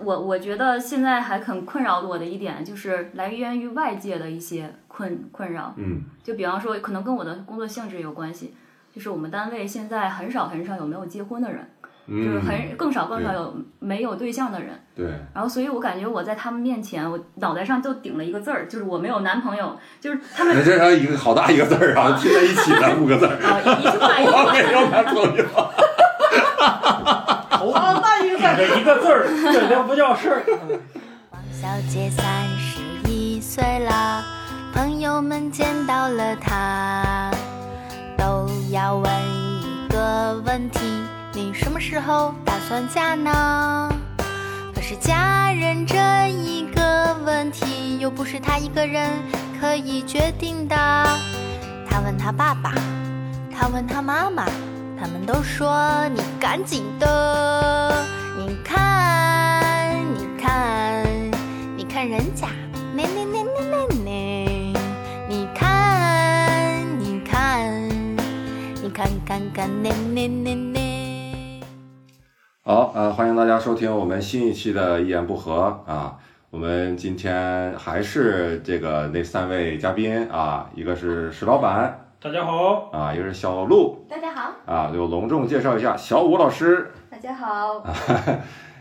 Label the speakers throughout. Speaker 1: 我我觉得现在还很困扰我的一点就是来源于外界的一些困困扰，
Speaker 2: 嗯，
Speaker 1: 就比方说可能跟我的工作性质有关系，就是我们单位现在很少很少有没有结婚的人，
Speaker 2: 嗯
Speaker 1: 就是很更少更少有没有对象的人，
Speaker 2: 对，
Speaker 1: 然后所以我感觉我在他们面前，我脑袋上就顶了一个字儿，就是我没有男朋友，就是他们
Speaker 2: 那这还一个好大一个字儿啊，拼在一起的五个字儿，
Speaker 1: 啊一句 话一句
Speaker 2: 我
Speaker 1: 话
Speaker 2: 没有男朋友。
Speaker 3: 好大一个字儿，一个字儿，这都不叫事儿。
Speaker 4: 王小姐三十一岁了，朋友们见到了她，都要问一个问题：你什么时候打算嫁呢？可是嫁人这一个问题，又不是她一个人可以决定的。她问她爸爸，她问她妈妈，他们都说你赶紧的。你看，你看，你看人家，那那那那那那，你看，你看，你看看看那那那那。
Speaker 2: 好，呃，欢迎大家收听我们新一期的《一言不合》啊。我们今天还是这个那三位嘉宾啊，一个是石老板
Speaker 3: 大家好，
Speaker 2: 啊，一个是小鹿
Speaker 1: 大家好，
Speaker 2: 啊，就隆重介绍一下小武老师。
Speaker 1: 大家好，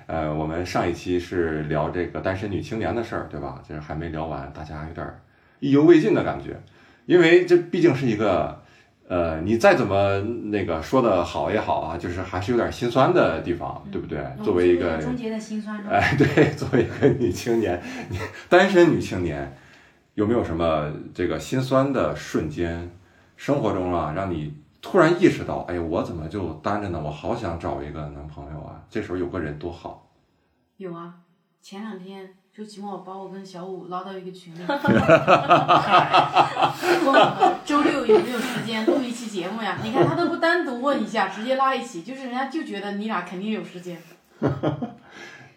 Speaker 2: 呃，我们上一期是聊这个单身女青年的事儿，对吧？就是还没聊完，大家有点儿意犹未尽的感觉，因为这毕竟是一个，呃，你再怎么那个说的好也好啊，就是还是有点心酸的地方，对不对？嗯作为一个，
Speaker 5: 终结的辛酸中，
Speaker 2: 哎，对，作为一个女青年，你单身女青年，有没有什么这个心酸的瞬间？生活中啊，让你突然意识到，哎，我怎么就单着呢？我好想找一个男朋友啊！这时候有个人多好。
Speaker 5: 有啊，前两天周奇墨把我跟小五拉到一个群 里，哎我周六有没有时间录一期节目呀？你看他都不单独问一下，直接拉一起，就是人家就觉得你俩肯定有时间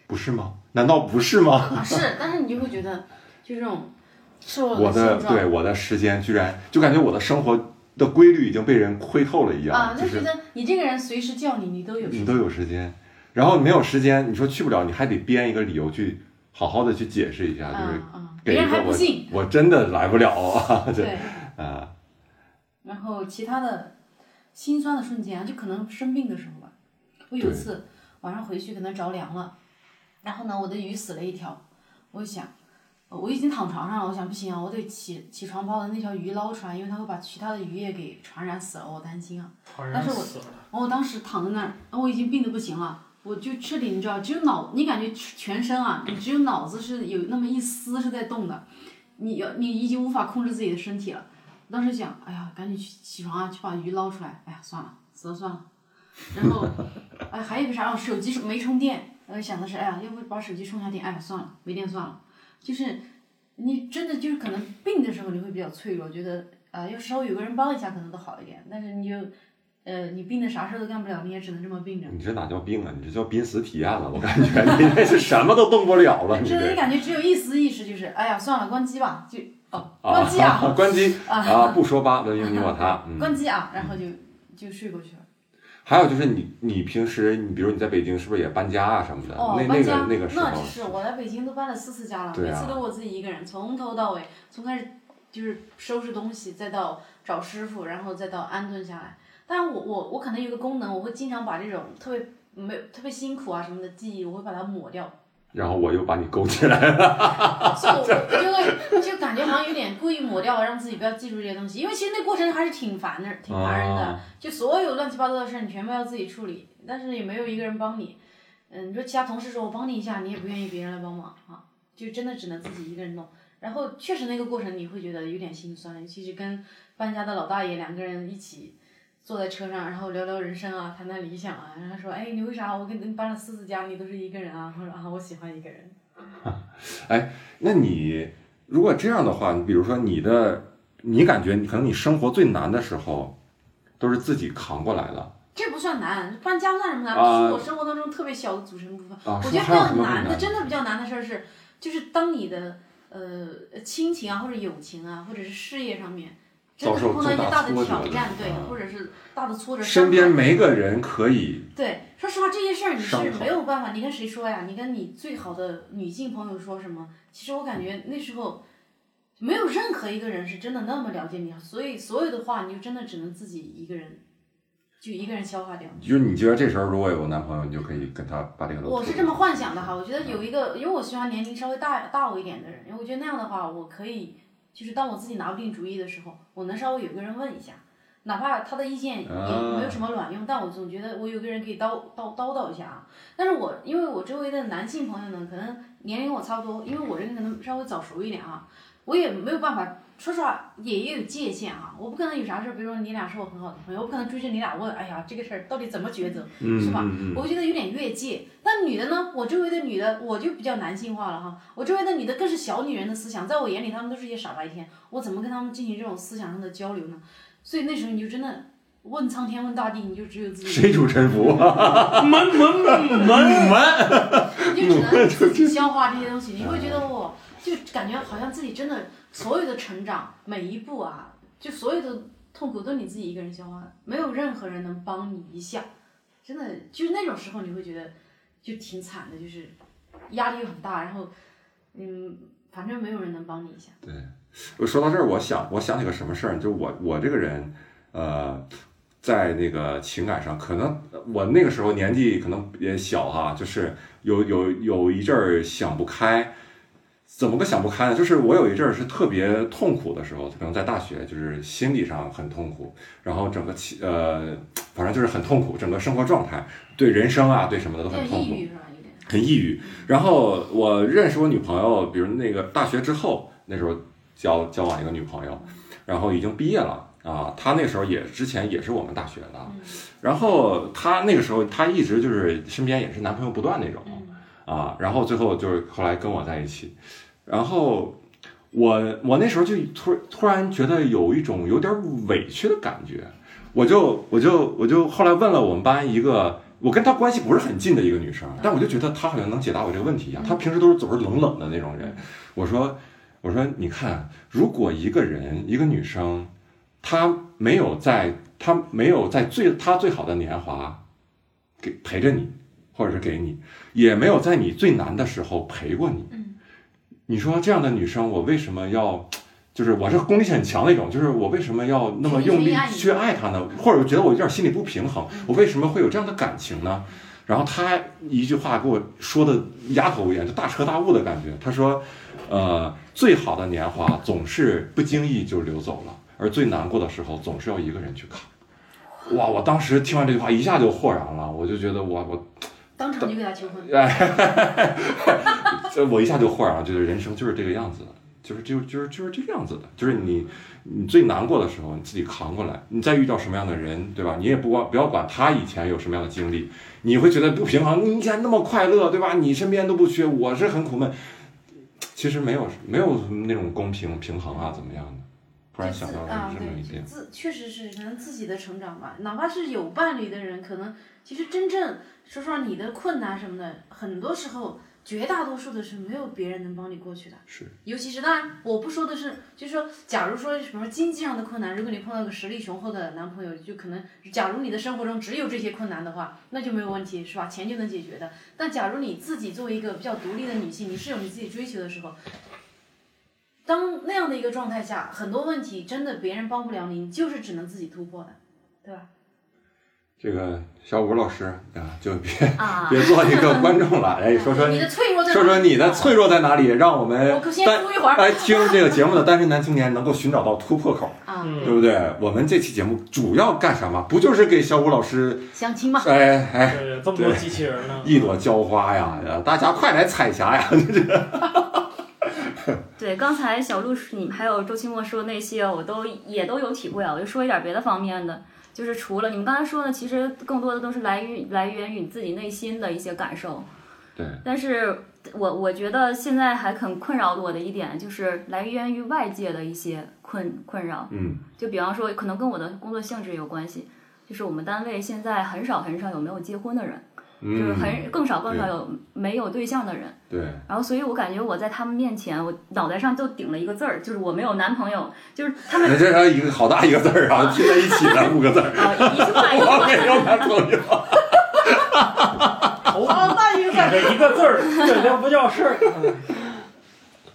Speaker 2: 不是吗？难道不是吗？
Speaker 5: 啊，是，但是你就会觉得就这种赤裸
Speaker 2: 我
Speaker 5: 裸
Speaker 2: 的
Speaker 5: 现
Speaker 2: 对
Speaker 5: 状。
Speaker 2: 我的时间居然就感觉我的生活的规律已经被人窥透了一样，
Speaker 5: 啊，
Speaker 2: 就
Speaker 5: 就是觉得你这个人随时叫你，你都有时
Speaker 2: 你
Speaker 5: 间。
Speaker 2: 都有时间，然后没有时间，你说去不了，你还得编一个理由去好好的去解释一下，就是
Speaker 5: 啊啊，
Speaker 2: 给
Speaker 5: 别
Speaker 2: 一
Speaker 5: 人
Speaker 2: 个
Speaker 5: 还不
Speaker 2: 我
Speaker 5: 信。
Speaker 2: 我真的来不了 啊，这
Speaker 5: 对，
Speaker 2: 啊
Speaker 5: 然后其他的心酸的瞬间啊，就可能生病的时候吧。我有一次晚上回去可能着凉了，然后呢，我的鱼死了一条，我想。呃我已经躺床上了，我想不行啊，我得起起床把我的那条鱼捞出来，因为它会把其他的鱼也给传染死了，我担心啊。
Speaker 3: 传
Speaker 5: 但
Speaker 3: 染
Speaker 5: 是我
Speaker 3: 死了。
Speaker 5: 然后我当时躺在那儿，然后我已经病得不行了，我就彻底你知道，只有脑，你感觉全身啊，你只有脑子是有那么一丝是在动的，你要你已经无法控制自己的身体了。我当时想，哎呀，赶紧去起床啊，去把鱼捞出来。哎呀，算了，死了算了。然后，哎，还有一个啥？哦，手机没充电。我就想的是，哎呀，要不把手机充下电？哎呀，算了，没电算了。就是你真的就是可能病的时候你会比较脆弱，觉得啊、要稍微有个人帮一下可能都好一点。但是你就呃，你病的啥事儿都干不了，你也只能这么病着。
Speaker 2: 你这哪叫病啊？你这叫濒死体验了，我感觉你这是什么都动不了了，你
Speaker 5: 真的，你
Speaker 2: 这
Speaker 5: 感觉只有一丝意识，就是哎呀，算了，关机吧，就哦，关机啊，
Speaker 2: 啊 关机
Speaker 5: 啊
Speaker 2: 啊，不说吧，文明你我 他，嗯。
Speaker 5: 关机啊，然后就就睡过去了。
Speaker 2: 还有就是你，你平时你比如你在北京是不是也搬家啊什么的？
Speaker 5: 哦，
Speaker 2: 那那
Speaker 5: 搬家
Speaker 2: 个那个时候，
Speaker 5: 只是我来北京都搬了四次家了，
Speaker 2: 对
Speaker 5: 每
Speaker 2: 啊
Speaker 5: 次都我自己一个人，从头到尾，从开始就是收拾东西，再到找师傅，然后再到安顿下来。但我我我可能有个功能，我会经常把这种特别没有特别辛苦啊什么的记忆，我会把它 抹掉。
Speaker 2: 然后我又把你勾起 来了。
Speaker 5: 所以我我就会就感觉好像有点故意抹掉，让自己不要记住这些东西，因为其实那过程还是挺烦的，挺烦人的。
Speaker 2: 啊
Speaker 5: 就所有乱七八糟的事儿，你全部要自己处理，但是也没有一个人帮你。嗯，你说其他同事说我帮你一下，你也不愿意别人来帮忙啊，就真的只能自己一个人弄。然后确实那个过程你会觉得有点心酸，尤其是跟搬家的老大爷两个人一起坐在车上，然后聊聊人生啊，谈谈理想啊，然后说哎你为啥我跟你搬了四次家，你都是一个人啊？我说啊我喜欢一个人。
Speaker 2: 那你如果这样的话，你比如说你的，你感觉你可能你生活最难的时候，都是自己扛过来了
Speaker 5: 这不算难，搬家算什么难？
Speaker 2: 啊
Speaker 5: 这是我生活当中特别小的组成部分。
Speaker 2: 啊。
Speaker 5: 我
Speaker 2: 是
Speaker 5: 觉得
Speaker 2: 吗
Speaker 5: 比
Speaker 2: 还有
Speaker 5: 较
Speaker 2: 什么很
Speaker 5: 难的，
Speaker 2: 难？
Speaker 5: 真的比较难的事儿是，就是当你的呃亲情啊或者友情啊或者是事业上面真
Speaker 2: 遭
Speaker 5: 的
Speaker 2: 受
Speaker 5: 碰到
Speaker 2: 重
Speaker 5: 一些
Speaker 2: 大
Speaker 5: 大的
Speaker 2: 挫折
Speaker 5: 挑
Speaker 2: 的
Speaker 5: 战，对，
Speaker 2: 啊
Speaker 5: 或者是大的挫折，
Speaker 2: 身边
Speaker 5: 伤害
Speaker 2: 没个人可以
Speaker 5: 对，说实话，这些事儿你是
Speaker 2: 伤口
Speaker 5: 没有办法，你跟谁说呀？你跟你最好的女性朋友说什么？其实我感觉那时候没有任何一个人是真的那么了解你，所以所有的话你就真的只能自己一个人，就一个人消化掉。
Speaker 2: 就是你觉得这时候如果有个男朋友，你就可以跟他把这个东西。
Speaker 5: 我是这么幻想的哈，我觉得有一个，因为我喜欢年龄稍微大大我一点的人，因为我觉得那样的话，我可以就是当我自己拿不定主意的时候，我能稍微有个人问一下，哪怕他的意见也
Speaker 2: 啊
Speaker 5: 没有什么卵用，但我总觉得我有个人可以叨叨叨叨一下啊。但是我因为我周围的男性朋友呢，可能年龄跟我差不多，因为我这个可能稍微早熟一点啊，我也没有办法。说实话，也也有界限啊！我不可能有啥事儿，比如说你俩是我很好的朋友，我不可能追着你俩问，哎呀，这个事儿到底怎么抉择？
Speaker 2: 嗯
Speaker 5: 是吧
Speaker 2: 嗯嗯
Speaker 5: 我觉得有点越界。但女的呢，我周围的女的，我就比较男性化了哈。我周围的女的更是小女人的思想，在我眼里，她们都是一些傻白甜。我怎么跟她们进行这种思想上的交流呢？所以那时候你就真的问苍天问大地，你就只有自己，
Speaker 2: 谁主沉浮？
Speaker 3: 门门门门，
Speaker 5: 你就只能自己消化这些东西。你会觉得我就感觉好像自己真的所有的成长每一步啊，就所有的痛苦都你自己一个人消化，没有任何人能帮你一下。真的就是那种时候，你会觉得就挺惨的，就是压力又很大，然后嗯，反正没有人能帮你一下。
Speaker 2: 我说到这儿，我想我想起个什么事儿，就我我这个人，呃，在那个情感上，可能我那个时候年纪可能也小哈、就是有有有一阵儿想不开，怎么个想不开呢？就是我有一阵儿是特别痛苦的时候，可能在大学，就是心理上很痛苦，然后整个情呃，反正就是很痛苦，整个生活状态对人生啊对什么的都
Speaker 5: 有
Speaker 2: 很
Speaker 5: 点
Speaker 2: 痛苦
Speaker 5: 抑。郁是吧？有点。
Speaker 2: 很抑郁。然后我认识我女朋友，比如那个大学之后，那时候交交往一个女朋友，然后已经毕业了啊。她那时候也之前也是我们大学的，然后她那个时候她一直就是身边也是男朋友不断那种
Speaker 5: 嗯
Speaker 2: 啊。然后最后就是后来跟我在一起，然后。我我那时候就突突然觉得有一种有点委屈的感觉，我就我就我就后来问了我们班一个，我跟她关系不是很近的一个女生，但我就觉得她好像能解答我这个问题一样。她平时都是总是冷冷的那种人。我说我说你看，如果一个人一个女生，她没有在她没有在最她最好的年华给陪着你，或者是给你，也没有在你最难的时候陪过你。
Speaker 5: 嗯
Speaker 2: 你说这样的女生，我为什么要？就是我是功利性很强那种，就是我为什么要那么用力去爱她呢？或者我觉得我有点心里不平衡，我为什么会有这样的感情呢？然后她一句话给我说的哑口无言，就大彻大悟的感觉。她说：“呃，最好的年华总是不经意就流走了，而最难过的时候总是要一个人去扛。”哇！我当时听完这句话，一下就豁然了，我就觉得我我
Speaker 5: 当场就给他求婚。
Speaker 2: 这我一下就豁然了，就是人生就是这个样子的，就是就是就是就是这个样子的，就是你你最难过的时候你自己扛过来，你再遇到什么样的人，对吧？你也不光不要管他以前有什么样的经历，你会觉得不平衡，你以前那么快乐，对吧？你身边都不缺，我是很苦闷。其实没有没有那种公平平衡啊，怎么样的？突然
Speaker 5: 就
Speaker 2: 想
Speaker 5: 自
Speaker 2: 到这
Speaker 5: 啊，
Speaker 2: 这么一
Speaker 5: 对，
Speaker 2: 点，
Speaker 5: 自确实是可能自己的成长吧，哪怕是有伴侣的人，可能其实真正说实话，你的困难什么的，很多时候绝大多数的是没有别人能帮你过去的。
Speaker 2: 是，
Speaker 5: 尤其是当然，我不说的是，就是说，假如说什么经济上的困难，如果你碰到个实力雄厚的男朋友，就可能，假如你的生活中只有这些困难的话，那就没有问题，是吧？钱就能解决的。但假如你自己作为一个比较独立的女性，你是有你自己追求的时候，当那样的一个状态下，很多问题真的别人帮不了你，你就是只能自己突破的，对吧？
Speaker 2: 这个小五老师 啊，就别
Speaker 1: 啊，
Speaker 2: 别做那个观众了，哎，说说
Speaker 5: 你的脆弱在哪
Speaker 2: 说
Speaker 5: 里啊
Speaker 2: 说你的脆弱在哪里，让我们
Speaker 5: 我先
Speaker 2: 单
Speaker 5: 哭一会儿
Speaker 2: 哎听这个节目的单身男青年能够寻找到突破口，
Speaker 5: 啊，
Speaker 2: 对不对？我们这期节目主要干什么？不就是给小武老师
Speaker 5: 相亲嘛，
Speaker 2: 哎哎
Speaker 3: 对，这么多机器人呢，
Speaker 2: 一朵娇花呀？呃大家快来彩霞呀！
Speaker 1: 对，刚才小鹿是你还有周清墨说的那些，我都也都有体会啊。我就说一点别的方面的，就是除了你们刚才说的，其实更多的都是来源来源于你自己内心的一些感受。
Speaker 2: 对。
Speaker 1: 但是我我觉得现在还很困扰我的一点，就是来源于外界的一些困困扰。
Speaker 2: 嗯，
Speaker 1: 就比方说，可能跟我的工作性质有关系，就是我们单位现在很少很少有没有结婚的人，就是
Speaker 2: 嗯，
Speaker 1: 很更少更少有没有对象的人。
Speaker 2: 对，
Speaker 1: 然后，所以我感觉我在他们面前，我脑袋上就顶了一个字儿，就是我没有男朋友，就是他们
Speaker 2: 那这还一个好大一个字儿啊，拼在一起的五个字儿，
Speaker 1: 啊、一句话一句
Speaker 2: 我
Speaker 1: 话
Speaker 2: 没有男朋友。
Speaker 3: 头发大一个字 儿，一个字儿，这都不叫事儿。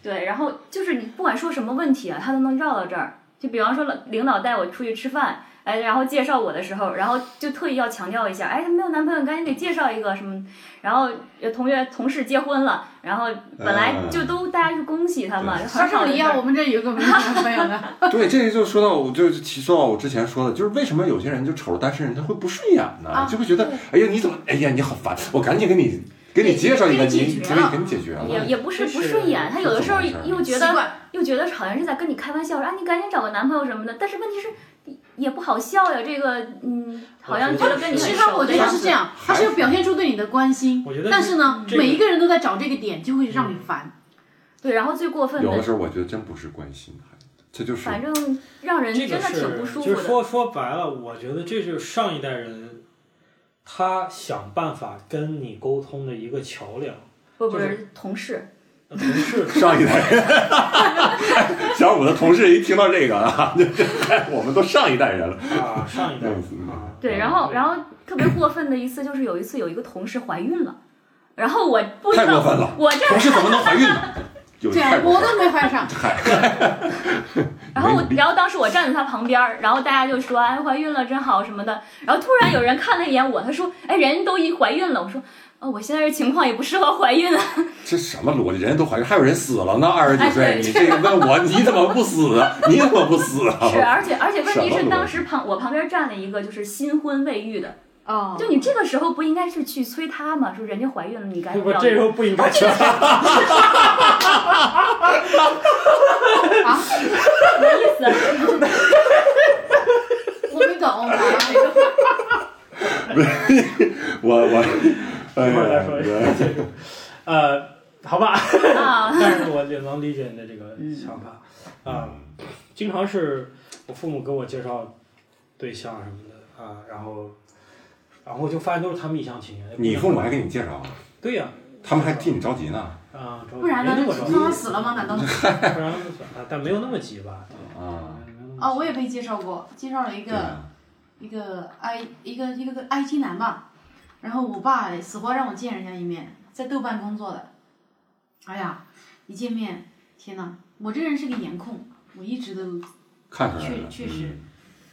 Speaker 1: 对，然后就是你不管说什么问题啊，他都能绕到这儿。就比方说领导带我出去吃饭，哎，然后介绍我的时候，然后就特意要强调一下，哎，他没有男朋友，赶紧给介绍一个什么。然后有同学同事结婚了，然后本
Speaker 2: 嗯
Speaker 1: 来就都大家去恭喜他嘛，
Speaker 2: 对
Speaker 1: 就
Speaker 5: 小
Speaker 1: 很少
Speaker 5: 手
Speaker 1: 有
Speaker 5: 离
Speaker 1: 这
Speaker 5: 啊，
Speaker 1: 种哦
Speaker 5: 我们这有个没有男朋友 的，啊
Speaker 2: 对，这就说到我就提说到我之前说的，就是为什么有些人就瞅着单身人他会不顺眼呢？
Speaker 5: 啊
Speaker 2: 就会 觉得，哎呀，你怎么，哎呀，你好烦，我赶紧给你给你介绍一个，
Speaker 5: 给你
Speaker 2: 你
Speaker 5: 解决
Speaker 2: 给你
Speaker 5: 了
Speaker 2: 给你解决了。
Speaker 1: 也也不是
Speaker 3: 就
Speaker 1: 不
Speaker 3: 是
Speaker 1: 顺眼，他有的时候
Speaker 2: 是怎么回事
Speaker 1: 又觉
Speaker 5: 习
Speaker 1: 得
Speaker 5: 惯
Speaker 1: 又觉得好像是在跟你开玩笑，说啊你赶紧找个男朋友什么的，但是问题是也不好笑呀，这个嗯，好像觉得跟你
Speaker 5: 其
Speaker 1: 很
Speaker 5: 实他
Speaker 1: 熟
Speaker 5: 我
Speaker 1: 的
Speaker 5: 觉得
Speaker 1: 样
Speaker 5: 是
Speaker 1: 子
Speaker 5: 这。样，他是要表现出对你的关心，
Speaker 3: 我觉得
Speaker 5: 但是呢，
Speaker 3: 这个
Speaker 5: 每一个人都在找这个点，就会让你烦。
Speaker 1: 对，然后最过分
Speaker 2: 有的
Speaker 1: 的，
Speaker 2: 时候我觉得真不是关心孩子，这就是
Speaker 1: 反正让人
Speaker 3: 这
Speaker 1: 真
Speaker 3: 个
Speaker 1: 的
Speaker 3: 是
Speaker 1: 挺不舒服
Speaker 3: 就
Speaker 1: 的。
Speaker 3: 是说说白了，我觉得这就是上一代人他想办法跟你沟通的一个桥梁。
Speaker 1: 不不
Speaker 3: 就是
Speaker 1: 同事，
Speaker 3: 同 事
Speaker 2: 上一代人。 小五的同事一听到这个啊，就就哎我们都上一代人了。
Speaker 3: 啊，上一代人啊，
Speaker 1: 对，然后然后特别过分的一次就是有一次有一个同事怀孕了，然后我不知
Speaker 2: 太过
Speaker 1: 道
Speaker 2: 分了
Speaker 1: 我这
Speaker 2: 同事怎么能怀孕呢？有
Speaker 5: 对
Speaker 2: 太
Speaker 5: 啊，
Speaker 2: 过
Speaker 5: 我
Speaker 2: 分了。
Speaker 5: 都没怀上，
Speaker 1: 然后我
Speaker 2: 没，理
Speaker 1: 然后当时我站在她旁边儿，然后大家就说：“哎，怀孕了真好什么的。”然后突然有人看了一眼我，他说：“哎，人家都一怀孕了。”我说：“哦，我现在这情况也不适合怀孕啊。
Speaker 2: 这什么逻辑？人家都怀孕，还有人死了呢。二十几
Speaker 1: 哎
Speaker 2: 岁，
Speaker 1: 对
Speaker 2: 你这个问我，你怎么不死啊？你怎么不死啊？
Speaker 1: 是，而且而且问题
Speaker 2: 什么逻
Speaker 1: 是，
Speaker 2: 辑
Speaker 1: 当时旁我旁边站了一个就是新婚未育的，
Speaker 5: 哦
Speaker 1: 就你这个时候不应该是去催她吗？说人家怀孕了，你赶
Speaker 3: 对
Speaker 1: 紧
Speaker 3: 不，
Speaker 1: 要
Speaker 3: 这时候不应该去。
Speaker 5: 啊，
Speaker 1: 什么意思啊？
Speaker 5: 我没 懂，
Speaker 2: 我我，哎
Speaker 3: 一会儿再
Speaker 2: 呀，
Speaker 3: 说
Speaker 2: 我
Speaker 3: 呃，好吧，
Speaker 1: 啊
Speaker 3: 但是我也能理解你的这个
Speaker 5: 嗯
Speaker 3: 想法啊。经常是我父母给我介绍对象什么的啊，然后，然后我就发现都是他们一厢情愿。
Speaker 2: 你父母还给你介绍，啊
Speaker 3: 对呀，
Speaker 2: 他们还替你着急呢。
Speaker 3: 啊，
Speaker 5: 不然呢？
Speaker 3: 没那么着
Speaker 5: 这
Speaker 3: 急
Speaker 5: 刚刚死了吗？难道？
Speaker 2: 嗯
Speaker 3: 不然啊，但没有那么急吧？
Speaker 2: 啊，
Speaker 5: 哦，我也被介绍过，介绍了一
Speaker 2: 对
Speaker 5: 个
Speaker 2: 啊，
Speaker 5: 一个 I 一个一个个 IT 男吧，然后我爸死活让我见人家一面，在豆瓣工作的，哎呀，一见面，天呐，我这人是个颜控，我一直都
Speaker 2: 看出来了，
Speaker 5: 确确实
Speaker 2: 嗯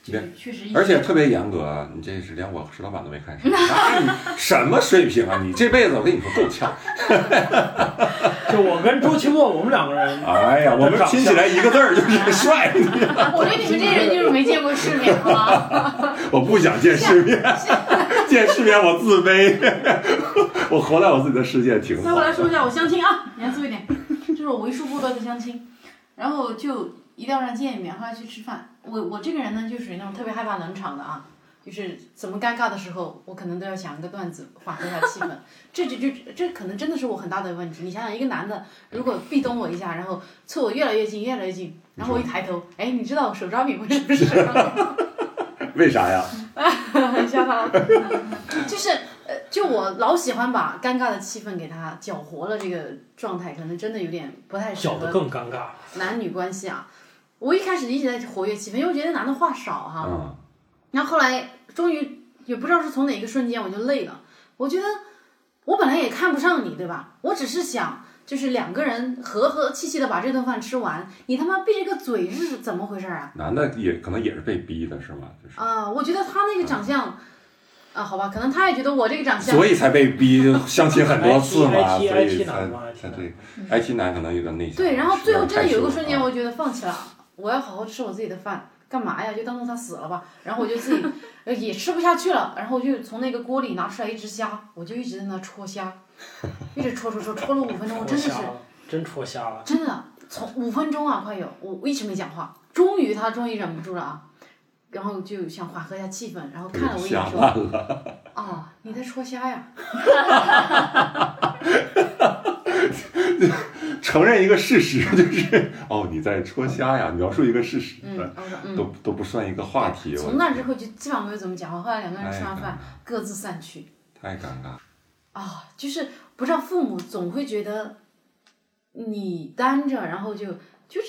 Speaker 5: 就是确实一直，
Speaker 2: 而且特别严格，你这是连我石老板都没看上，那你什么水平啊？你这辈子我跟你说够呛。
Speaker 3: 就我跟周奇墨，我们两个人
Speaker 2: 哎呀，我们拼起来一个字儿就是帅，
Speaker 5: 我觉得你们这人就是没见过世面，好吧？
Speaker 2: 我不想见世面，见世面我自卑，我活在我自己的世界挺
Speaker 5: 再
Speaker 2: 好
Speaker 5: 回。来说一下我相亲啊， 严肃一点，这是我为数不多的相亲，然后就一定要让见一面，后来去吃饭。我我这个人呢，就属于那种特别害怕冷场的啊，就是怎么尴尬的时候，我可能都要想一个段子缓和一下气氛。 这就就这可能真的是我很大的问题。你想想，一个男的如果壁咚我一下，然后凑我越来越近，越来越近，然后我一抬头，哎，你知道我手抓饼为什么是手抓饼？
Speaker 2: 为啥呀？
Speaker 5: 吓到了，啊 就是呃，就我老喜欢把尴尬的气氛给他搅和了，这个状态可能真的有点不太适
Speaker 3: 搅得
Speaker 5: 合
Speaker 3: 更尴尬。
Speaker 5: 男女关系啊。我一开始一直在活跃气氛，因为我觉得男的话少哈、
Speaker 2: 嗯，
Speaker 5: 然后后来终于也不知道是从哪一个瞬间我就累了，我觉得我本来也看不上你，对吧？我只是想就是两个人和和气气的把这顿饭吃完，你他妈闭着个嘴是怎么回事儿啊？
Speaker 2: 男的也可能也是被逼的，是吗？就是。
Speaker 5: 啊、我觉得他那个长相。啊，好吧，可能他也觉得我这个长相，
Speaker 2: 所以才被逼相亲很多次嘛，所
Speaker 3: IT
Speaker 2: 以才
Speaker 3: IT 男嘛
Speaker 2: 才
Speaker 3: IT 男
Speaker 2: 这 IT 男可能有点内向。
Speaker 5: 对，然后最后真的有一个瞬间，
Speaker 2: 有
Speaker 5: 我觉得放弃了，我要好好吃我自己的饭，干嘛呀？就当做他死了吧。然后我就自己呃也吃不下去了，然后我就从那个锅里拿出来一只虾，我就一直在那戳虾，一直戳戳戳，戳了五分钟，我
Speaker 3: 戳
Speaker 5: 真的是
Speaker 3: 瞎了，真戳瞎了。
Speaker 5: 真的从五分钟啊，快有，我我一直没讲话，终于他终于忍不住了啊，然后就想缓和一下气氛，然后看了我一眼
Speaker 2: 瞎
Speaker 5: 说，
Speaker 2: 烂了。
Speaker 5: 哦，你在戳虾呀？
Speaker 2: 承认一个事 实，就是哦，你在戳瞎呀，描述一个事实，
Speaker 5: 嗯，然后我说嗯。
Speaker 2: 都都不算一个话题。我哎
Speaker 5: 从那之后就基本上没有怎么讲话，后来两个人
Speaker 2: 太
Speaker 5: 吃完
Speaker 2: 尴尬
Speaker 5: 饭各自散去。
Speaker 2: 太尴尬。
Speaker 5: 啊，就是不知道父母总会觉得你单着，然后就就是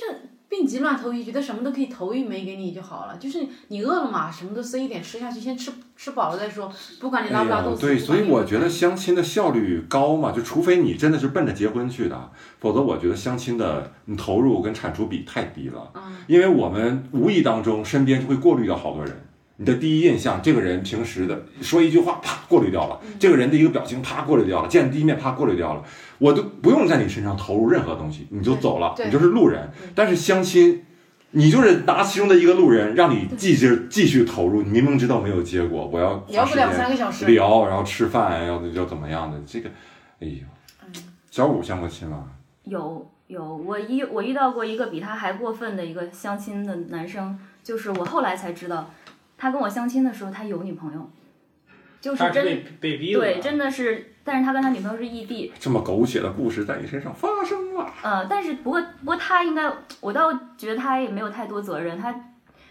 Speaker 5: 病急乱投医，觉得什么都可以投一枚给你就好了。就是你饿了嘛，什么都塞一点吃下去，先吃吃饱了再说，不管你拉不拉肚子。
Speaker 2: 哎对，
Speaker 5: 不
Speaker 2: 所
Speaker 5: 管
Speaker 2: 以
Speaker 5: 你
Speaker 2: 我觉得相亲的效率高嘛，就除非你真的是奔着结婚去的，否则我觉得相亲的你投入跟产出比太低了。
Speaker 5: 嗯
Speaker 2: 因为我们无意当中身边就会过滤掉好多人。你的第一印象，这个人平时的说一句话，啪过滤掉了；
Speaker 5: 嗯
Speaker 2: 这个人的一个表情，啪过滤掉了；见第一面，啪过滤掉了。我都不用在你身上投入任何东西，你就走了，
Speaker 5: 对
Speaker 2: 你就是路人。但是相亲，你就是拿其中的一个路人，让你继续继续投入，你明明知道没有结果，我要
Speaker 5: 聊
Speaker 2: 花
Speaker 5: 个
Speaker 2: 时
Speaker 5: 两
Speaker 2: 间
Speaker 5: 三个小时，
Speaker 2: 聊，然后吃饭，要要怎么样的？这个，哎呦，小五相过亲吗？
Speaker 1: 有有，我遇我遇到过一个比他还过分的一个相亲的男生，就是我后来才知道，他跟我相亲的时候他有女朋友，就是
Speaker 3: 他是
Speaker 1: 真
Speaker 3: 被被逼的，啊
Speaker 1: 对真的是，但是他跟他女朋友是异地，
Speaker 2: 这么狗血的故事在你身上发生了，
Speaker 1: 呃，但是不过不过他应该，我倒觉得他也没有太多责任，他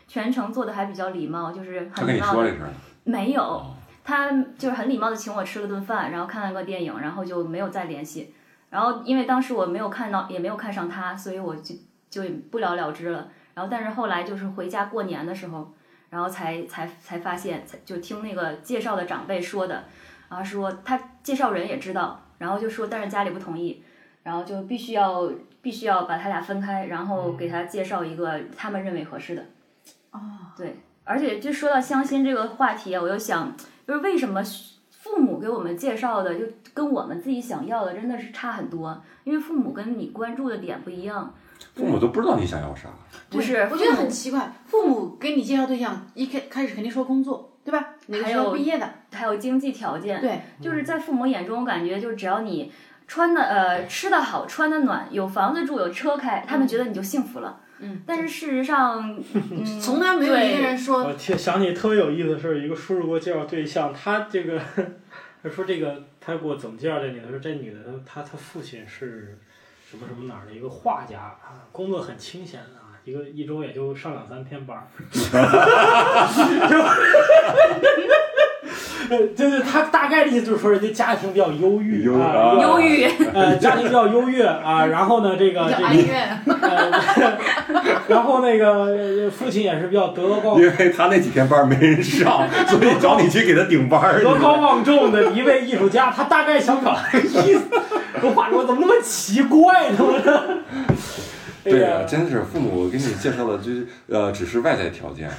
Speaker 1: 全程做的还比较礼貌，就是
Speaker 2: 他
Speaker 1: 很
Speaker 2: 跟
Speaker 1: 礼
Speaker 2: 你
Speaker 1: 貌
Speaker 2: 说
Speaker 1: 的哦
Speaker 2: 这事儿了，
Speaker 1: 没有，他就是很礼貌的请我吃了顿饭，然后看了个电影，然后就没有再联系。然后因为当时我没有看到，也没有看上他，所以我就就不了了之了。然后但是后来就是回家过年的时候，然后才才才发现，才就听那个介绍的长辈说的，啊说他介绍人也知道，然后就说但是家里不同意，然后就必须要必须要把他俩分开，然后给他介绍一个他们认为合适的。
Speaker 5: 啊，
Speaker 1: 对，而且就说到相亲这个话题啊，我又想，就是为什么父母给我们介绍的，就跟我们自己想要的真的是差很多，因为父母跟你关注的点不一样。
Speaker 2: 父母都不知道你想要啥，
Speaker 1: 不
Speaker 5: 对
Speaker 1: 是
Speaker 5: 我
Speaker 1: 父
Speaker 5: 觉得
Speaker 1: 母
Speaker 5: 很奇怪，父母给你介绍对象，一开开始肯定说工作，对吧？哪个
Speaker 1: 还
Speaker 5: 学
Speaker 1: 有
Speaker 5: 校毕业的？
Speaker 1: 还有经济条件，
Speaker 5: 对，
Speaker 1: 就是在父母眼中，感觉就只要你穿的呃吃的好，穿的暖，有房子住，有车开，他们觉得你就幸福了。
Speaker 5: 嗯，
Speaker 1: 但是事实上，嗯，
Speaker 5: 从来没有一个
Speaker 1: 对
Speaker 5: 人说
Speaker 3: 我听想起特别有意思的事，一个叔叔给我介绍对象，他这个他说这个他给我怎么介绍这女的？说这女的她她父亲是什么什么哪儿的一个画家啊，工作很清闲啊，一个一周也就上两三天班儿。 呃，就是他大概的意思就是说，人家家庭比较忧郁
Speaker 2: 忧
Speaker 3: 啊，
Speaker 2: 啊
Speaker 1: 忧郁，
Speaker 3: 呃，家庭比较优越啊，然后呢，这个
Speaker 5: 比较
Speaker 3: 这
Speaker 5: 哀
Speaker 3: 个
Speaker 5: 怨，
Speaker 3: 呃，然后那个呃父亲也是比较德高望
Speaker 2: 因为他那几天班没人上，所以找你去给他顶班儿。
Speaker 3: 德高望重的一位艺术家，他大概想表达的意思。我话说怎么那么奇怪呢？ 我这
Speaker 2: 对啊
Speaker 3: 哎
Speaker 2: 呀，
Speaker 3: 呀
Speaker 2: 真是父母给你介绍的，就是呃，只是外在条件，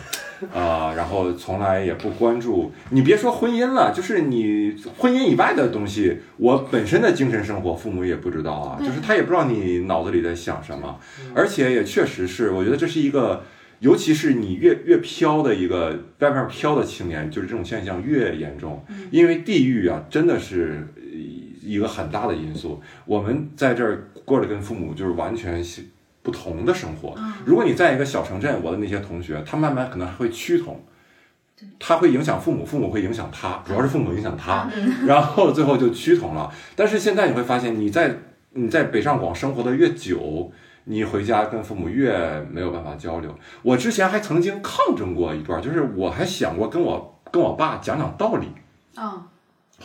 Speaker 2: 啊、 然后从来也不关注。你别说婚姻了，就是你婚姻以外的东西，我本身的精神生活，父母也不知道啊，就是他也不知道你脑子里在想什么，而且也确实是，我觉得这是一个。尤其是你越越飘的一个外面飘的青年，就是这种现象越严重，因为地域啊，真的是呃一个很大的因素。我们在这儿过得跟父母就是完全是不同的生活。
Speaker 5: 嗯
Speaker 2: 如果你在一个小城镇，我的那些同学，他慢慢可能还会趋同，他会影响父母，父母会影响
Speaker 5: 嗯
Speaker 2: 他，主要是父母影响他， 然后最后就趋同了。但是现在你会发现，你在你在北上广生活的越久，你回家跟父母越没有办法交流。我之前还曾经抗争过一段，就是我还想过跟我跟我爸讲讲道理，
Speaker 5: 嗯，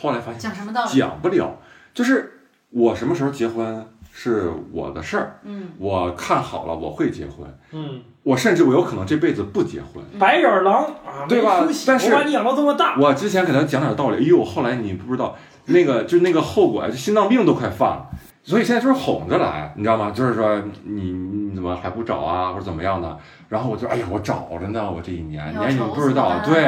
Speaker 2: 后来发现
Speaker 5: 讲什么道理？
Speaker 2: 讲不了。就是我什么时候结婚是我的事儿，
Speaker 5: 嗯，
Speaker 2: 我看好了我会结婚，
Speaker 3: 嗯，
Speaker 2: 我甚至我有可能这辈子不结婚。
Speaker 3: 白眼狼啊，
Speaker 2: 对吧
Speaker 3: 没出息
Speaker 2: 但是
Speaker 3: 我把你养到这么大，
Speaker 2: 我之前给他讲点道理，哎呦，后来你不知道那个就那个后果，就心脏病都快犯了。所以现在就是哄着来，你知道吗？就是说你你怎么还不找啊，或者怎么样的？然后我就哎呀，我找着呢，我这一年，
Speaker 5: 要
Speaker 2: 哎，你
Speaker 5: 愁
Speaker 2: 不知道
Speaker 1: 死了
Speaker 2: 对。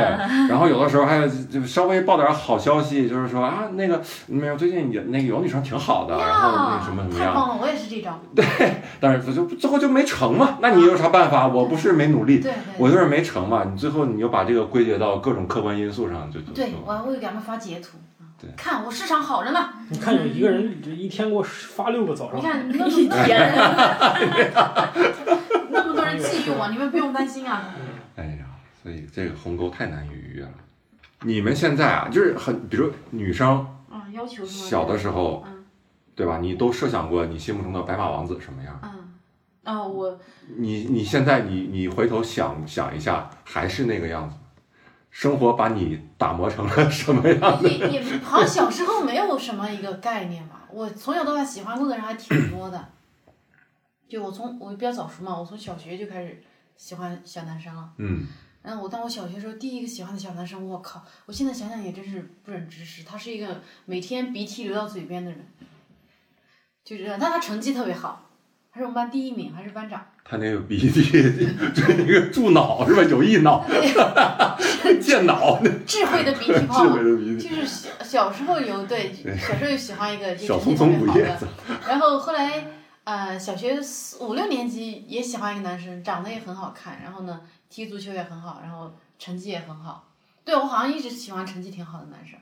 Speaker 2: 然后有的时候还有就稍微报点好消息，就是说啊，那个没有，最近有那个有女生挺好的，然后啊那
Speaker 5: 呀
Speaker 2: 个什么什么
Speaker 5: 太
Speaker 2: 样，
Speaker 5: 棒了，我也是这招。
Speaker 2: 但是就最后就没成嘛。那你有啥办法？我不是没努力
Speaker 5: 对，对
Speaker 2: 我就是没成嘛。你最后你就把这个归结到各种客观因素上，就就
Speaker 5: 对
Speaker 2: 就，
Speaker 5: 我还会给他们发截图
Speaker 2: 对。
Speaker 5: 看我市场好着呢，
Speaker 3: 你看有一个人这一天给我发六个早
Speaker 2: 哦
Speaker 5: 你
Speaker 3: 上，
Speaker 5: 看那么
Speaker 1: 一
Speaker 5: 那么
Speaker 1: 天。
Speaker 5: 那么多人觊 觎我，你们不用担心啊。
Speaker 2: 哎呀，所以这个鸿沟太难逾越了。你们现在啊，就是很，比如女生
Speaker 5: 嗯，要求什么？
Speaker 2: 小的时候
Speaker 5: 嗯，
Speaker 2: 对吧？你都设想过你心目中的白马王子什么样？
Speaker 5: 嗯，啊，我
Speaker 2: 你你现在你你回头想想一下，还是那个样子。生活把你打磨成了什么 样？
Speaker 5: 也也好像小时候没有什么一个概念吧。我从小到大喜欢过的人还挺多的，就我从我比较早熟嘛，我从小学就开始喜欢小男生了。
Speaker 2: 嗯，
Speaker 5: 然后我当我小学时候第一个喜欢的小男生，我靠！我现在想想也真是不忍直视，他是一个每天鼻涕流到嘴边的人，就是，但他成绩特别好，他是我们班第一名，还是班长。
Speaker 2: 他那个鼻涕， 这那个助脑是吧？有益脑，
Speaker 5: 哎
Speaker 2: 健脑，
Speaker 5: 智慧的鼻涕 泡
Speaker 2: 智
Speaker 5: 嘛
Speaker 2: 慧，的鼻涕，
Speaker 5: 就是小小时候 有对，小时候有喜欢一个这
Speaker 2: 小
Speaker 5: 个
Speaker 2: 匆
Speaker 5: 成绩
Speaker 2: 匆
Speaker 5: 特别
Speaker 2: 不
Speaker 5: 好
Speaker 2: 夜
Speaker 5: 的，
Speaker 2: 子。
Speaker 5: 然后后来呃小学四五六年级也喜欢一个男生，长得也很好看，然后呢踢足球也很好，然后成绩也很好。对我好像一直喜欢成绩挺好的男生。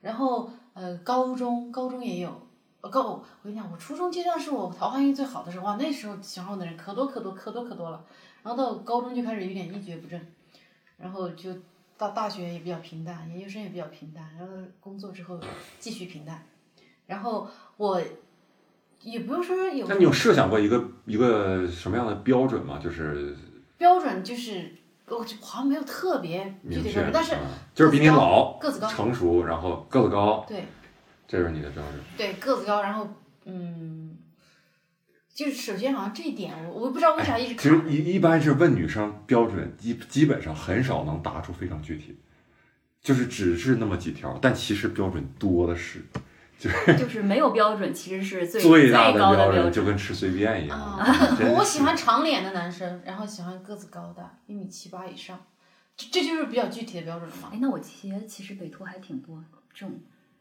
Speaker 5: 然后呃高中高中也有，呃高我跟你讲，我初中阶段是我桃花运最好的时候，哇那时候喜欢我的人可多可多可多可多了。然后到高中就开始有点一蹶不振，然后就到大学也比较平淡，研究生也比较平淡，然后工作之后继续平淡。然后我也不用说有
Speaker 2: 那你有设想过一个一个什么样的标准吗？就是
Speaker 5: 标准，就是我就好像没有特别具
Speaker 2: 明
Speaker 5: 体的
Speaker 2: 确
Speaker 5: 标准，，但是
Speaker 2: 啊就是比你老、
Speaker 5: 个子高，
Speaker 2: 成熟，然后个子高，
Speaker 5: 对
Speaker 2: 这是你的标准。
Speaker 5: 对个子高，然后嗯，就是首先好像这一点我我不知道为啥一直
Speaker 2: 哎其
Speaker 5: 卡
Speaker 2: 实一一般是问女生标准，基基本上很少能答出非常具体，就是只是那么几条，但其实标准多的是。
Speaker 1: 就是没有标准，其实是最
Speaker 2: 最大的
Speaker 1: 高的
Speaker 2: 标
Speaker 1: 标
Speaker 2: 准就跟吃随便一样。
Speaker 5: 啊
Speaker 2: 真是
Speaker 5: 我我喜欢长脸的男生，然后喜欢个子高的，一米七八以上，这这就是比较具体的标准了嘛。
Speaker 1: 哎，那我其实其实北托还挺多这种，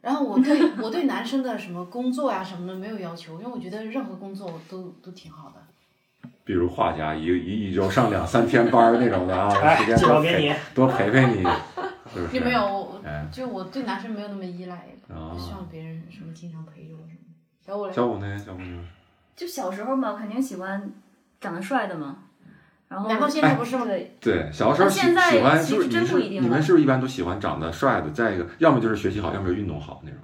Speaker 5: 然后我对我对男生的什么工作呀、什么的没有要求，因为我觉得任何工作都都挺好的。
Speaker 2: 比如画家一一一周上两三天班儿那种的啊，时
Speaker 3: 哎，
Speaker 2: 间
Speaker 3: 介
Speaker 2: 多
Speaker 3: 绍给
Speaker 2: 陪
Speaker 3: 你，
Speaker 2: 多陪陪 你，是不是？
Speaker 5: 也没有，我我
Speaker 2: 哎，
Speaker 5: 就我对男生没有那么依赖，
Speaker 2: 啊
Speaker 5: 不，希望别人什么经常陪着我什么的。然后我来
Speaker 2: 小五呢？小五呢？
Speaker 1: 就小时候嘛，肯定喜欢长得帅的嘛，然后
Speaker 5: 难道现在不是吗？
Speaker 1: 对，
Speaker 2: 对，小时候
Speaker 1: 那
Speaker 2: 喜
Speaker 1: 现在
Speaker 2: 喜欢
Speaker 1: 其
Speaker 2: 就
Speaker 1: 实
Speaker 2: 是你
Speaker 1: 真
Speaker 2: 是
Speaker 1: 不一定
Speaker 2: 你们
Speaker 1: 了
Speaker 2: 是不是一般都喜欢长得帅的？再一个，要么就是学习好，要么就是运动好那种，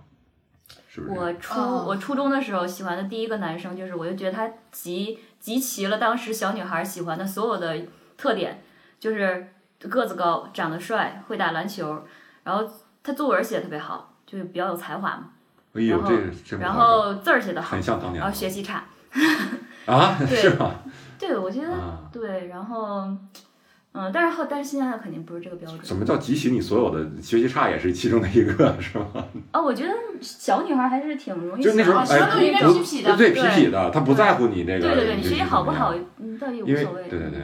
Speaker 2: 是不是？
Speaker 1: 我初
Speaker 5: 哦
Speaker 1: 我初中的时候喜欢的第一个男生，就是我就觉得他集集齐了当时小女孩喜欢的所有的特点，就是个子高、长得帅、会打篮球，然后他作文写得特别好，就是比较有才华嘛，
Speaker 2: 哎呦，
Speaker 1: 然后
Speaker 2: 这个真不
Speaker 1: 然
Speaker 2: 好找
Speaker 1: 后字儿写得好
Speaker 2: 很，像当年
Speaker 1: 然后学习差。
Speaker 2: 啊，
Speaker 1: 对嗯
Speaker 2: 是吗？
Speaker 1: 对，我觉得、
Speaker 2: 啊，
Speaker 1: 对，然后，嗯，但是后，但是现在肯定不是这个标准
Speaker 2: 什么叫集齐你所有的学习差也是其中的一个，是吗？
Speaker 1: 啊、我觉得小女孩还是挺容易
Speaker 2: 就那时候
Speaker 1: 想
Speaker 6: 相
Speaker 2: 哎，
Speaker 6: 当于
Speaker 2: 不
Speaker 6: 是痞痞的
Speaker 2: 对
Speaker 1: 对嗯
Speaker 2: 痞痞的，他不在乎你这个，
Speaker 1: 对对对，你
Speaker 2: 这
Speaker 1: 学习
Speaker 2: 个
Speaker 1: 好不
Speaker 2: 怎么
Speaker 1: 好
Speaker 2: 样？，
Speaker 1: 嗯，倒也无
Speaker 2: 因为
Speaker 1: 所谓。
Speaker 2: 对对对，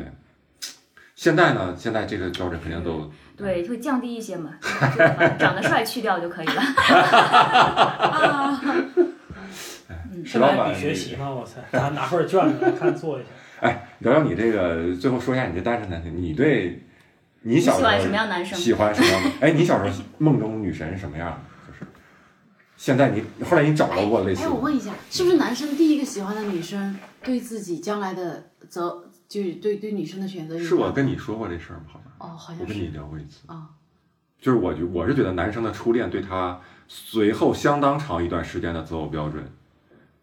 Speaker 2: 现在呢，现在这个标准肯定
Speaker 1: 嗯
Speaker 2: 都
Speaker 1: 对，会降低一些嘛， 就是把长得帅去掉就可以了。
Speaker 6: 啊，
Speaker 2: 石
Speaker 3: 是
Speaker 2: 老
Speaker 3: 来
Speaker 2: 板
Speaker 3: 比学习呢，我操，拿拿份卷子来看 做一下。
Speaker 2: 哎聊聊你这个，最后说一下你这单身男性，你对你
Speaker 1: 喜
Speaker 2: 小时候
Speaker 1: 欢什么样的男生？
Speaker 2: 喜欢什么样的？哎，你小时候梦中女神是什么样的？就是现在你后来你找到过类似
Speaker 6: 哎，我
Speaker 2: 的，
Speaker 6: 问一下，是不是男生第一个喜欢的女生，对自己将来的择，就是对对女生的选择影响
Speaker 2: 是我跟你说过这事儿吗？好像
Speaker 6: 哦，好
Speaker 2: 我
Speaker 6: 像
Speaker 2: 跟你
Speaker 6: 是
Speaker 2: 聊过一次。
Speaker 6: 啊，
Speaker 2: 就是我觉我是觉得男生的初恋对他随后相当长一段时间的择偶标准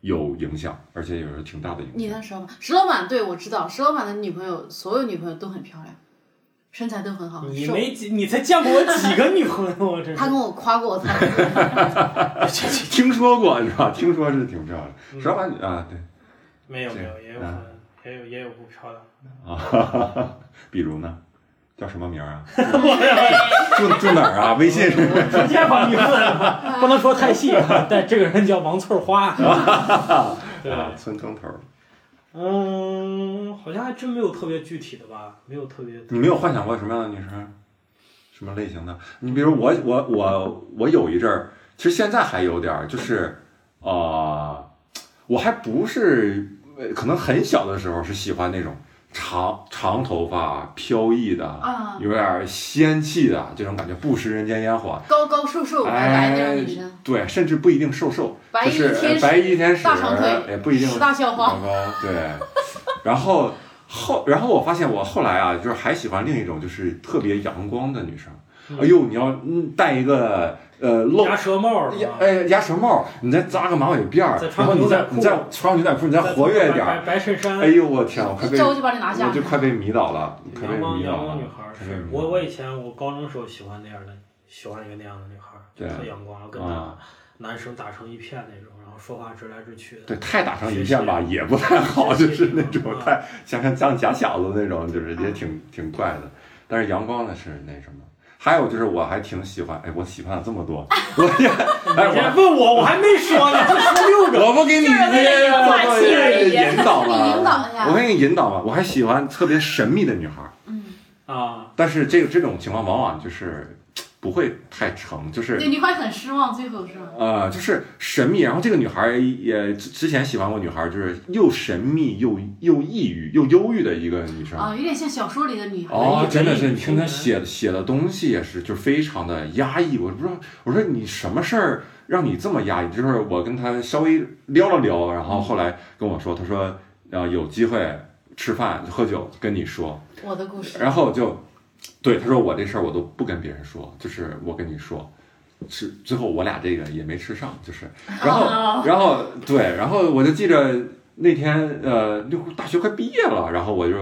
Speaker 2: 有影响，而且有时候挺大的影
Speaker 6: 你
Speaker 2: 响。
Speaker 6: 呢，
Speaker 5: 石老板，石老板，对我知道，石老板的女朋友，所有女朋友都很漂亮，身材都很好，
Speaker 3: 你
Speaker 5: 瘦。
Speaker 3: 没几你才见过我几个女朋友 啊？真
Speaker 5: 他
Speaker 3: 是
Speaker 5: 跟我夸过我，他
Speaker 2: 听说过是吧？听说是挺漂亮，
Speaker 3: 嗯
Speaker 2: 石老板啊，对
Speaker 3: 没有没有，
Speaker 2: 这
Speaker 3: 也有
Speaker 2: 啊
Speaker 3: 很也有也有不漂亮。
Speaker 2: 啊哈哈哈，比如呢，叫什么名 儿啊？住住哪儿啊？微信是
Speaker 3: 首先把你问，不能说太 细，但这个人叫王翠花。对，
Speaker 2: 啊，村庄头儿。
Speaker 3: 嗯，好像还真没有特别具体的吧，没有特别。
Speaker 2: 你没有幻想过什么样的女生，什么类型的？你比如我，我，我，我有一阵儿，其实现在还有点儿，就是，呃，我还不是，呃可能很小的时候是喜欢那种长长头发、飘逸的，
Speaker 6: 啊
Speaker 2: 有点儿仙气的啊这种感觉，不食人间烟火。
Speaker 5: 高高瘦瘦白白那种女生，
Speaker 2: 对，甚至不一定瘦瘦，
Speaker 5: 白衣
Speaker 2: 哎就是呃
Speaker 5: 天
Speaker 2: 白
Speaker 5: 使，
Speaker 2: 衣天使，啊
Speaker 5: 大长腿
Speaker 2: 也不一定
Speaker 5: 十大校花
Speaker 2: 糟。糕，对。然后后，然后我发现我后来啊，就是还喜欢另一种，就是特别阳光的女生。哎呦，你要嗯戴一个呃露
Speaker 3: 鸭舌帽是
Speaker 2: 鸭
Speaker 3: 吧？
Speaker 2: 哎鸭舌帽，你再扎个马尾辫儿
Speaker 3: 再，
Speaker 2: 然
Speaker 3: 穿
Speaker 2: 后
Speaker 3: 个
Speaker 2: 你
Speaker 3: 牛
Speaker 2: 再
Speaker 3: 仔裤
Speaker 2: 你再穿上牛仔裤，你再活跃一点
Speaker 3: 白白
Speaker 2: 儿。
Speaker 3: 白衬衫，
Speaker 2: 哎呦我天，我快
Speaker 7: 一
Speaker 2: 被
Speaker 7: 招就把你拿下
Speaker 2: 我。就快被迷倒了，快被
Speaker 3: 阳光
Speaker 2: 迷
Speaker 3: 阳
Speaker 2: 倒了
Speaker 3: 光女孩儿。
Speaker 2: 快被
Speaker 3: 是
Speaker 2: 迷倒
Speaker 3: 我
Speaker 2: 了
Speaker 3: 我以前我高中时候喜欢那样的，喜欢一个那样的女孩儿，就
Speaker 2: 对
Speaker 3: 特阳光，跟
Speaker 2: 啊
Speaker 3: 男男生打成一片那种，然后说话直来直去的。
Speaker 2: 对，太打成一片吧，也不太好，
Speaker 3: 学
Speaker 2: 就
Speaker 3: 习
Speaker 2: 是那种
Speaker 3: 啊
Speaker 2: 太像看像假小子那种，就是也
Speaker 1: 啊
Speaker 2: 挺挺怪的。但是阳光的是那什么，还有就是我还挺喜欢，哎，我喜欢了这么多， 我也哎
Speaker 3: 你先
Speaker 2: 我
Speaker 3: 问我，我还没说呢， 这说六个。
Speaker 2: 我不给你
Speaker 1: 就是为了引
Speaker 2: 我
Speaker 1: 话题而已
Speaker 2: 引导
Speaker 7: 你 引
Speaker 2: 吧，
Speaker 7: 导一下
Speaker 2: 我，给你引导吧。我还喜欢特别神秘的女孩儿，
Speaker 5: 嗯
Speaker 3: 啊，
Speaker 2: 但是这个这种情况往往就是不会太成，就是
Speaker 5: 对，你会很失望，最后是吧？
Speaker 2: 呃，就是神秘。然后这个女孩儿也之之前喜欢过女孩，儿，就是又神秘又又抑郁又忧郁的一个女生。
Speaker 5: 啊，有点像小说里的女孩。
Speaker 2: 哦，真的是，
Speaker 3: 文艺
Speaker 2: 你听她
Speaker 3: 青年
Speaker 2: 写的写的东西也是，就非常的压抑。我不知道，我说你什么事儿让你这么压抑？就是我跟她稍微聊了聊，然后后来跟我说，她说呃有机会吃饭喝酒跟你说，
Speaker 7: 我的故事。
Speaker 2: 然后就对他说我这事儿我都不跟别人说，就是我跟你说。吃最后我俩这个也没吃上，就是，然后然后对，然后我就记着那天呃，那会儿大学快毕业了，然后我就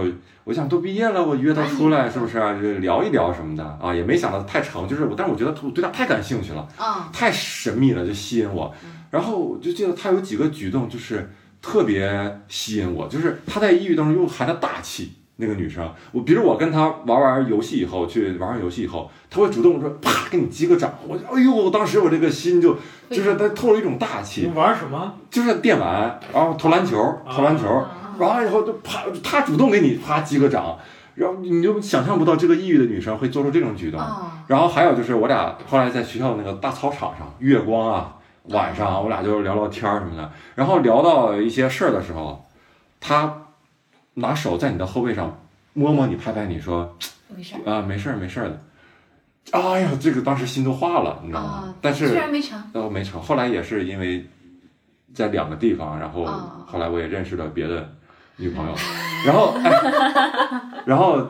Speaker 2: 我想都毕业了，我约他出来是不是、啊、就聊一聊什么的啊？也没想到太长，就是我，但是我觉得我对他太感兴趣了，
Speaker 7: 嗯，
Speaker 5: 啊
Speaker 2: 太神秘了，就吸引我。然后我就记得他有几个举动就是特别吸引我，就是他在抑郁当中又含着大气。那个女生，我比如我跟她玩玩游戏以后，去玩玩游戏以后，她会主动说啪给你击个掌，我就哎呦，我当时我这个心就就是她透了一种大
Speaker 3: 你
Speaker 2: 气，
Speaker 3: 玩什么？
Speaker 2: 就是电玩，啊然后投篮球，投篮球，
Speaker 1: 啊
Speaker 2: 完了以后就啪，她主动给你啪击个掌，然后你就想象不到这个抑郁的女生会做出这种举动。
Speaker 7: 啊，
Speaker 2: 然后还有就是我俩后来在学校那个大操场上，月光啊，晚上啊我俩就聊聊天儿什么的。然后聊到一些事儿的时候，他拿手在你的后背上摸摸你，拍拍你说
Speaker 7: 没事儿
Speaker 2: 啊、没事儿没事儿的。哎呀，这个当时心都化了，你知道吗？
Speaker 7: 啊，
Speaker 2: 但是
Speaker 7: 居然没成。
Speaker 2: 呃没成，后来也是因为在两个地方，然后
Speaker 7: 啊
Speaker 2: 后来我也认识了别的女朋友，然后哎，然后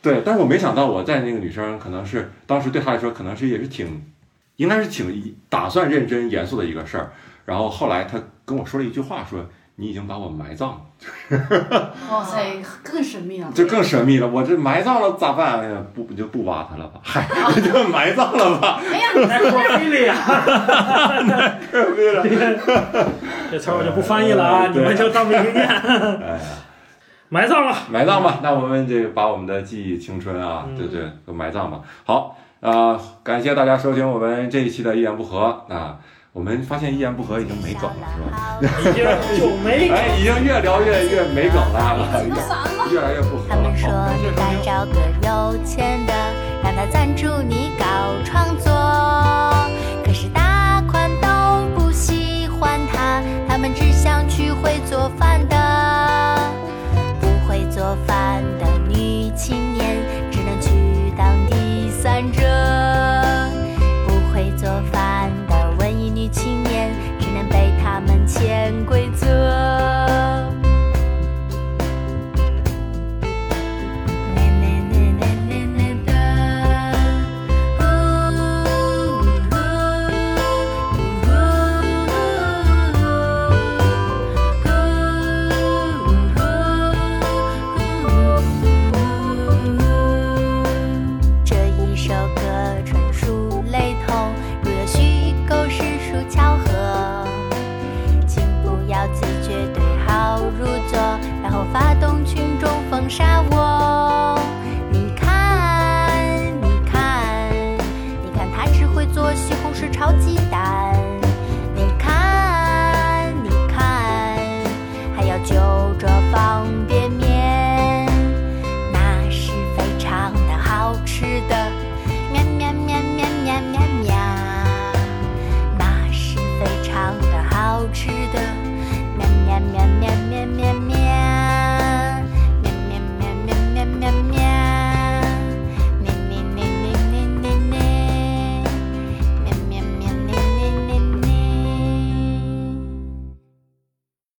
Speaker 2: 对，但是我没想到我在那个女生可能是当时对她来说可能是也是挺，应该是挺打算认真严肃的一个事儿，然后后来她跟我说了一句话说。你已经把我埋葬了，
Speaker 7: 哇塞，
Speaker 5: 更神秘了。
Speaker 2: 这更神秘了。我这埋葬了咋办？哎呀，不不就不挖他了吧？嗨， 就埋葬了吧。
Speaker 7: 哎呀，
Speaker 3: 奈克菲利亚，这词儿我就不翻译了啊，
Speaker 2: 嗯
Speaker 3: 你们就当没听见。
Speaker 2: 哎呀，
Speaker 3: 埋葬了，
Speaker 2: 埋葬吧，那我们这个把我们的记忆、青春啊，
Speaker 3: 嗯
Speaker 2: 对对，都埋葬吧。好啊、呃感谢大家收听我们这一期的《一言不合》啊、我们发现《一言不合》已经没梗了，是吧？
Speaker 4: 吧？
Speaker 3: 已经就没
Speaker 2: 哎，已经越聊越越没梗了，啊越来越不合
Speaker 4: 他
Speaker 2: 了。
Speaker 4: 们说
Speaker 2: 好，
Speaker 4: 你该找个有钱的，让他赞助你搞创作。可是大款都不喜欢他，他们只想娶会做饭的。不会做饭的女青年，只能去当第三者。不会做饭的文艺女青年，只能被他们潜规则。啦啦啦啦啦啦啦，呜呜呜呜呜。这一首歌纯属雷同，如有虚构实属巧合，请不要自觉对号入座，然后发动群众封杀我。你看，你看，你看他只会做西红柿炒鸡